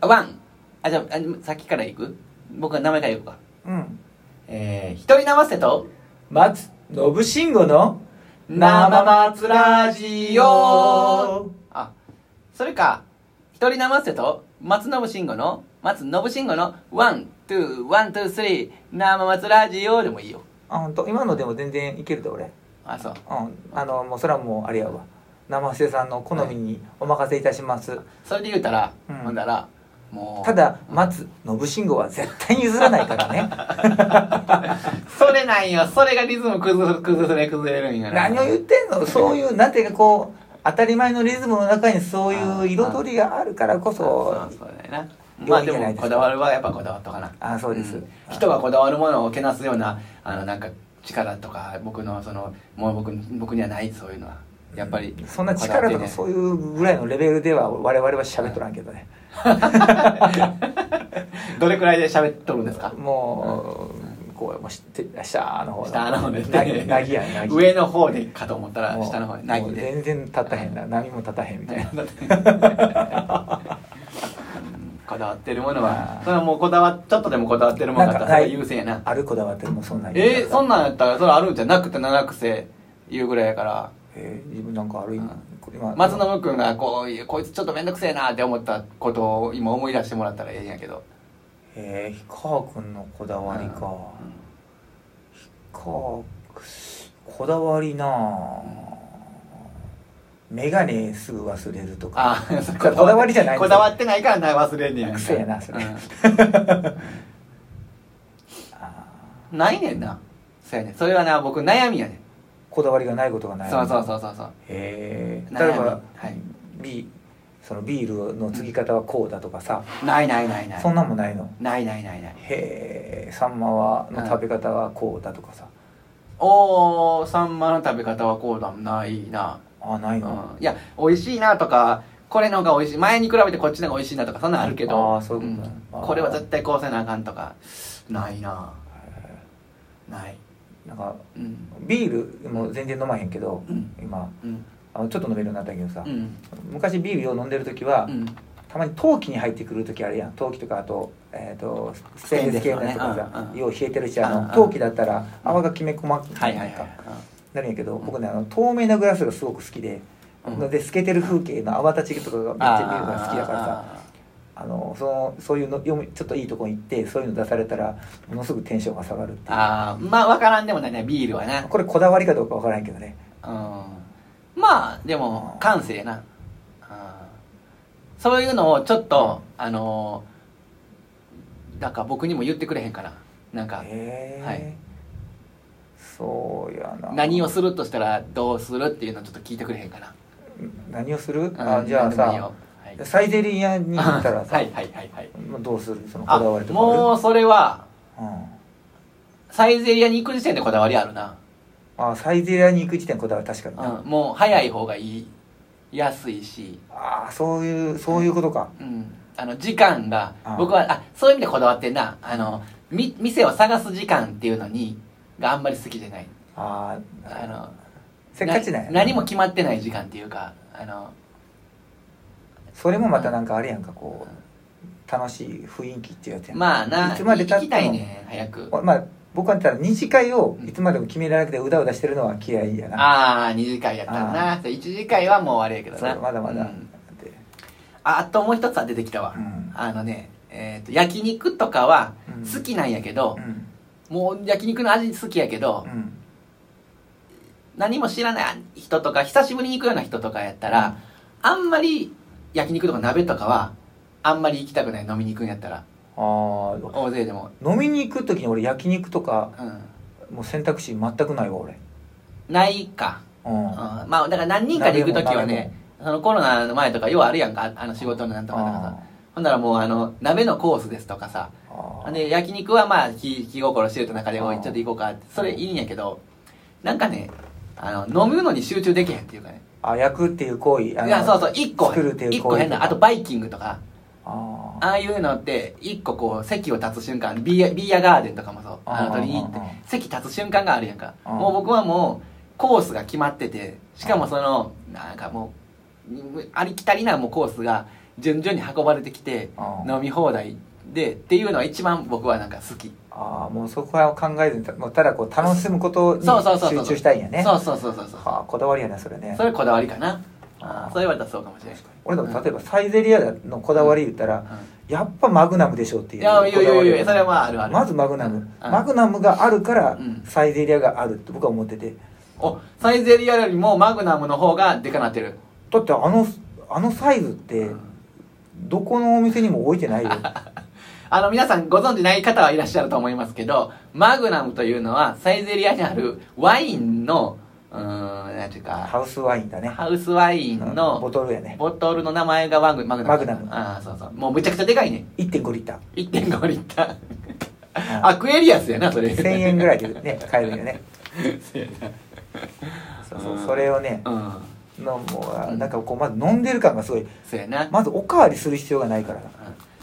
ワンあじゃああさっきからいく僕は名前からいくかうんえー、一人生瀬と松信慎吾の生生松松ララジジオオあそれか一人生瀬と松信慎吾の松信慎吾のワンツーワンツースリー生松ラジオでもいいよあ本当今のでも全然いけるで俺あそううんあのもうそれはもうあれやわ生瀬さんの好みにお任せいたします、それで言うたら、うんほんならもうただ松信慎吾は絶対に譲らないからね それなんよそれがリズム崩れ崩れ崩れるんやな何を言ってんのそういうなんていうかこう当たり前のリズムの中にそういう彩りがあるからこそそうそうだよなま良あいんでじゃないもでこすかだわるはやっぱこだわっとかなあそうですん人がこだわるものをけなすようなあのなんか力とか僕のそのもう僕僕にはないそういうのはやっぱりそんな力とかうそういうぐらいのレベルでは我々は喋っとらんけどねどれくらいで喋っとるんですかもうこうもう知って下の方下の方でなぎなぎやなぎ上の方でかと思ったらもう下の方でなぎでもう全然立たへんな波も立たへんみ たいなこだわってるものはあーそれはもうこだわちょっとでもこだわってるものだったらそれながんか優先やなあるこだわってもそんなんえー、そんななんやったらそれあるんじゃなくて長くせ言うぐらいやからえー自分なんかある今今松信君がこういうこいつちょっと面倒くせえなって思ったことを今思い出してもらったらええんやけどえー、氷川君のこだわりか、氷川こだわりなあ眼鏡すぐ忘れるとかああ こだわりじゃないこだわってないからな忘れんねや癖やなそれうんないねんなそうやねんそれはな僕悩みやねんこだわりがないことがないそうそうそうそうそうへえ悩み例えば、はいビそのビールの継ぎ方はこうだとかさ、ないないないないそんなんもないのないないないないへえサンマはの食べ方はこうだとかさ、おーサンマの食べ方はこうだもないなあないの、うんいや美味しいなとかこれの方が美味しい前に比べてこっちの方が美味しいなとかそんなんあるけどあーそういうことねんあーこれは絶対こうせなあかんとかないなないなんかうんビールも全然飲まへんけど、うん今うんあのちょっと飲めるようになったけどさ、うん昔ビールを飲んでる時は、うんたまに陶器に入ってくる時あるやん陶器とかあと,、えー、とステンレス系のやつとかステンレスのねさう、んうんよう冷えてるしあの、うんうん陶器だったら泡がきめ細かくはいはいはいなるんやけど、僕ねあの透明なグラスがすごく好きで、うんので透けてる風景の泡立ちとかがめっちゃ見るのが好きだからさああのそのそういうの読みちょっといいとこに行ってそういうの出されたらものすごくテンションが下がるってーいうあーまあ分からんでもないねビールはなうんこれこだわりかどうかわからんけどねまあでも感性なあーそういうのをちょっとあのーなんか僕にも言ってくれへんかななんかへえ、はいそうやな何をするとしたらどうするっていうのをちょっと聞いてくれへんかな、何をする、うんあじゃあ何でもいいよさはいサイゼリヤに行ったらさ、はいはいはいはいまあどうするそのこあだわりとかもうそれはある、うん、サイゼリヤに行く時点でこだわりあるな、あサイゼリヤに行く時点こだわり確かにな、うん、もう早い方がいい安いし、ああそういうそういうことか、うん、あの時間があ僕はあそういう意味でこだわってんなあのみ店を探す時間っていうのにがあんまり好きじゃないあああのせっかちなんやな何も決まってない時間っていうかあのそれもまたなんかあれやんかこう楽しい雰囲気っていうやつやん、まあないつまで経行っきてもたいね早くまあ僕はただ二次会をいつまでも決められなくてうだうだしてるのは嫌いやなああ2次会やったらな1次会はもうあれやけどそうなまだまだ、うだんってああともう一つは出てきたわ、うんあのね、えー、と焼肉とかはうん好きなんやけどう、んもう焼肉の味好きやけど、うん何も知らない人とか久しぶりに行くような人とかやったら、あんまり焼肉とか鍋とかはあんまり行きたくない飲みに行くんやったらああ大勢でも、飲みに行く時に俺焼肉とかうん、もう選択肢全くないわ俺ないか、うんうん、まあだから何人かで行く時はねそのコロナの前とかようあるやんかあの仕事のなんとかとかさほんならもうあの鍋のコースですとかさあーで焼肉はまあ気気心してると中でおいちょっと行こうかってそれいいんやけどなんかねあの飲むのに集中できへんっていうかねあ焼くっていう行為いいやそうそう1個作るってい一う行為個変なあとバイキングとかあーああいうのって1個こう席を立つ瞬間ビーヤビーヤガーデンとかもそうあーあの鳥居ってあーあ席立つ瞬間があるやんかあーもう僕はもうコースが決まっててしかもそのなんかもうありきたりなもうコースが順々に運ばれてきてうん飲み放題でっていうのは一番僕はなんか好きああもうそこは考えずにたもうただこう楽しむことに集そうそうそうそう中したいんやねそうそうそうそうそうはあこだわりやねそれねそれこだわりかなあーそう言われたらそうかもしれない俺でも例えばサイゼリアのこだわり言ったら、うやっぱマグナムでしょっていんういいこだやわいりやいやいやそれはまああるあるまずマグナム、うんマグナムがあるからうんサイゼリアがあるって僕は思ってておサイゼリアよりもマグナムの方がでかなってるだってあのあのサイズってどこのお店にも置いてな いよあの皆さんご存知ない方はいらっしゃると思いますけどマグナムというのはサイゼリアにあるワインのうーんなんていうかハウスワインだねハウスワインうんのボトルやねボトルの名前がマグマグナムマグナムああそうそうもうむちゃくちゃでかいね1.5リッタ1.5リッターー、 アクエリアスやなそれ1000円ぐらいでね買える よねそうやそうそうそれをねなうんのもうあなんかこうまず飲んでる感がすごいそうやなまずおかわりする必要がないから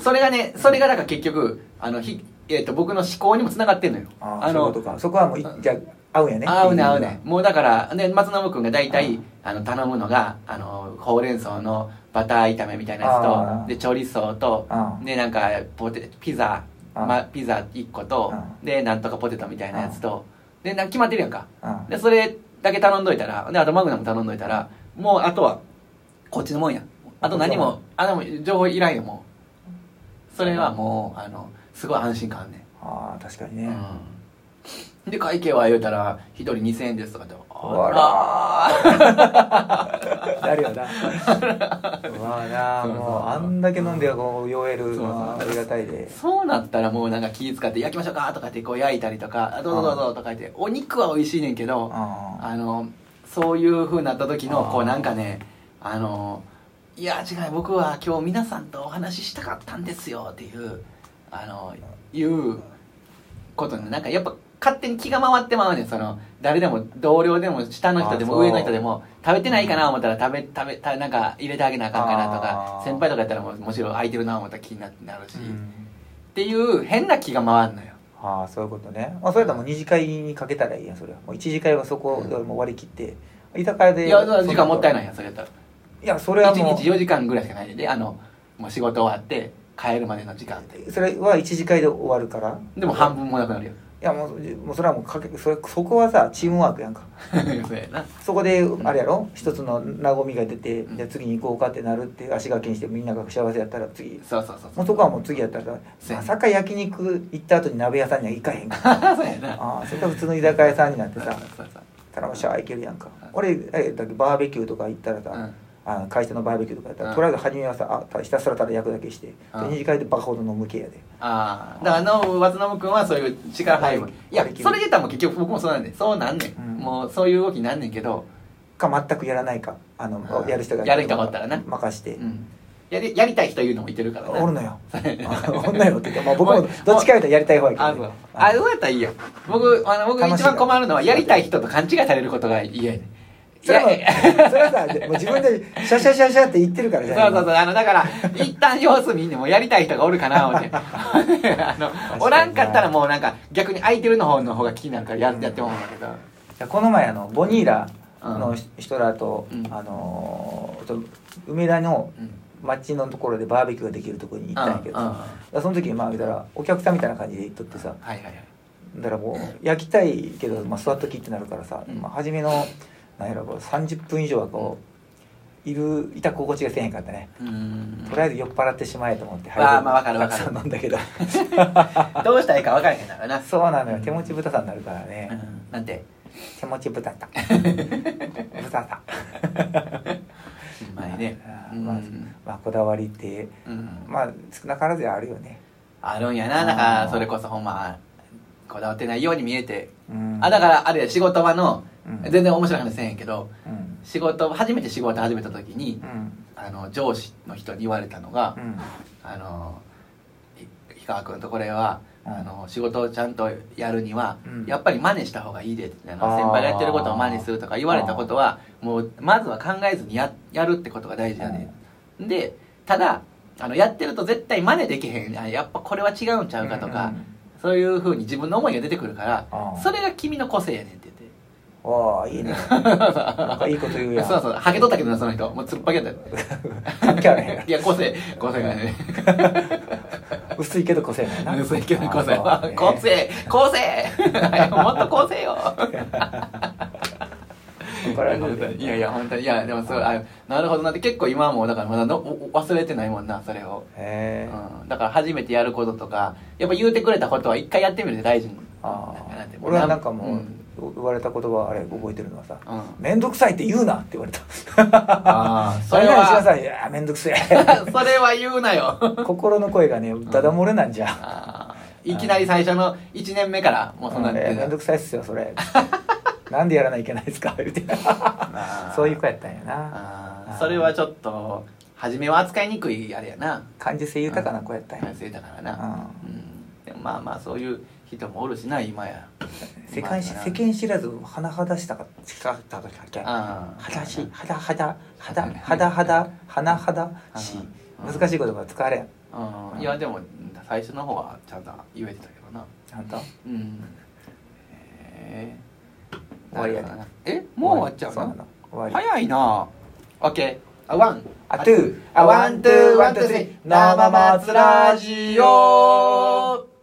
それがねそれがだから結局あのひ、えー、と僕の思考にもつながってんのよあああそういのうことかそこはもういじゃあ合うんやね合うね合うねもうだからね松信君が大体あの頼むのがあのほうれん草のバター炒めみたいなやあつとーで調理草とあでなんかポテピザあま、ピザ1個とあでなんとかポテトみたいなやつとでな決まってるやんかあでそれだけ頼んどいたらであとマグナム頼んどいたらもうあとはこっちのもんやあと何もあでも情報いらんよもうそれはもうあのすごい安心感あんねんああ確かにね、うん、で会計は言うたら一人2000円ですとかってああらなるよな まあなあそうそうもうあんだけ飲んでこう酔えるそうそうのはありがたいでそうなったらもうなんか気使って焼きましょうかとかってこう焼いたりとかあどうぞどうぞとか言ってお肉は美味しいねんけどああのそういう風になった時のあーこうなんかねあのいや違う僕は今日皆さんとお話ししたかったんですよっていうあのいうことになんかやっぱ勝手に気が回ってまうねんその誰でも同僚でも下の人であもそう上の人でも食べてないかな思ったら食べ食べたなんか入れてあげなあかんかなとかあー先輩とかやったらもうもちろん空いてるな思ったら気にななるし、うっんていう変な気が回んのよああそういうことね、まあ、それともう二次会にかけたらいいやんそれはもう一次会はそこでもう割り切って居酒屋でいやだから時間もったいないいやんそれやったら。いやそれはも1日4時間ぐらいしかないんであのもう仕事終わって帰るまでの時間ってうそれは一次会で終わるからでも半分もなくなるよ いやもうもうそれはもうかけそれそこはさチームワークやんかそうやなそこであれやろ一つの和みが出て、うんじゃあ次に行こうかってなるって足掛けにしてみんなが幸せやったら次そうそうそうもうそこはもう次やったらそうやまねさか焼肉行った後に鍋屋さんには行かへ んか そうやなああそれか普通の居酒屋さんになってそうさそうそう頼むしゃあ行けるやんかうん俺あれだってバーベキューとか行ったらさ、うんあの会社のバーベキューとかやったら、うんとりあえず初めはさあたひたすらただ焼くだけして、でうん二次会でバカほど飲む系やでああだからの松信君はそういう力配分いやそれでたらもう結局僕もそうなんでそうなんねん、うんもうそういう動きになんねんけど、か全くやらないかあの、うんやる人がやる人がおったらな任して、うん、やりやりたい人いうのもいてるからおるなのよそうやな おんなよって言って、まあ、僕もどっちか言うたらやりたい方やけどあね、そうあそうやったらいいよ僕あの僕楽一しいか番困るのはやりたい人と勘違いされることが嫌やねんそれはそれはさもう自分でシャシャシャシャって言ってるからそじうゃないそうそうあのだから一旦様子見んでもやりたい人がおるかな思って あのおらんかったらもうなんか逆に空いてるの方の方が気になるからや,、うんやってもらうんだけどいやこの前あのボニーラのうん人らと、うんあのーちょっと梅田の町のところでバーベキューができるところに行ったんやけどうんうんさ、だからその時にまあ見たらお客さんみたいな感じで行っとってさはいはいはいだからもう焼きたいけど、まあ、座っときってなるからさ、うんまあ、初めの何やろこう30分以上はこういるいた心地がせえへんかったねうーんとりあえず酔っ払ってしまえと思ってまあまあわかるわかるたくさん飲んだけど どうしたらいいか分からへんからな、そうなのよ手持ち豚さんになるからね、うん、なんて手持ち 豚た豚たうまいねあうーまあん、まあ、こだわりってうん、まあ少なからずあるよねあるんやなだからそれこそほんまこだわってないように見えて、うんあだからあれや仕事場の、うん全然面白い話せえへんけどうん仕事初めて仕事始めた時にう、んあの上司の人に言われたのが、うんあのい氷川君とこれは、うんあの仕事をちゃんとやるには、うんやっぱり真似した方がいいでってあのあー先輩がやってることを真似するとか言われたことはもうまずは考えずにややるってことが大事やね、でただあのやってると絶対真似できへんあやっぱこれは違うんちゃうかとか、うんそういうふうに自分の思いが出てくるからあーそれが君の個性やねんって言っておーいいねなんかいいこと言うやん そうそうハゲ取ったけどなその人もうつるっぱげやったよ関係な いいや個性個性がね薄いけど個性ないな薄いけど個性あーそう ね個性個性 もっと個性よ怒られるでいやいや本当にいやでもそうあなるほどなって結構今はもうだからまだのおお忘れてないもんなそれを、へえうん、だから初めてやることとかやっぱ言うてくれたことは一回やってみるって大事にあなんかなってー俺はなんかもううん言われた言葉あれ覚えてるのはさうん「面倒くさいって言うな」って言われたあー そそれれはしなはさいいやー面倒く せえ それは言うな よ心の声がねダダ漏れなんじゃんあーいきなり最初の1年目からもうそんなうんんえー面倒でくさいっすよ それなんでやらないといけないですか言うてそういう子やったんやなあーそれはちょっと初めは扱いにくいあれやな感受性豊かな子やったんや男性だからな、うん、でもまあまあそういう人もおるしな今や世界しまあ世間知らず甚だしたか近かったかけああ肌し肌肌肌肌肌鼻肌しうん難しい言葉使われんうんいやでも最初の方はちゃんと言えてたけどなあんたうんへえ終わりやねなるほどなえもう終わっちゃうそうなのの終わり早いな OK あワンあ、トゥー、ああ、ワワンツン、トーゥー、ワワンン、ツトーゥスリー、スーリー、生生松松ララジジオオ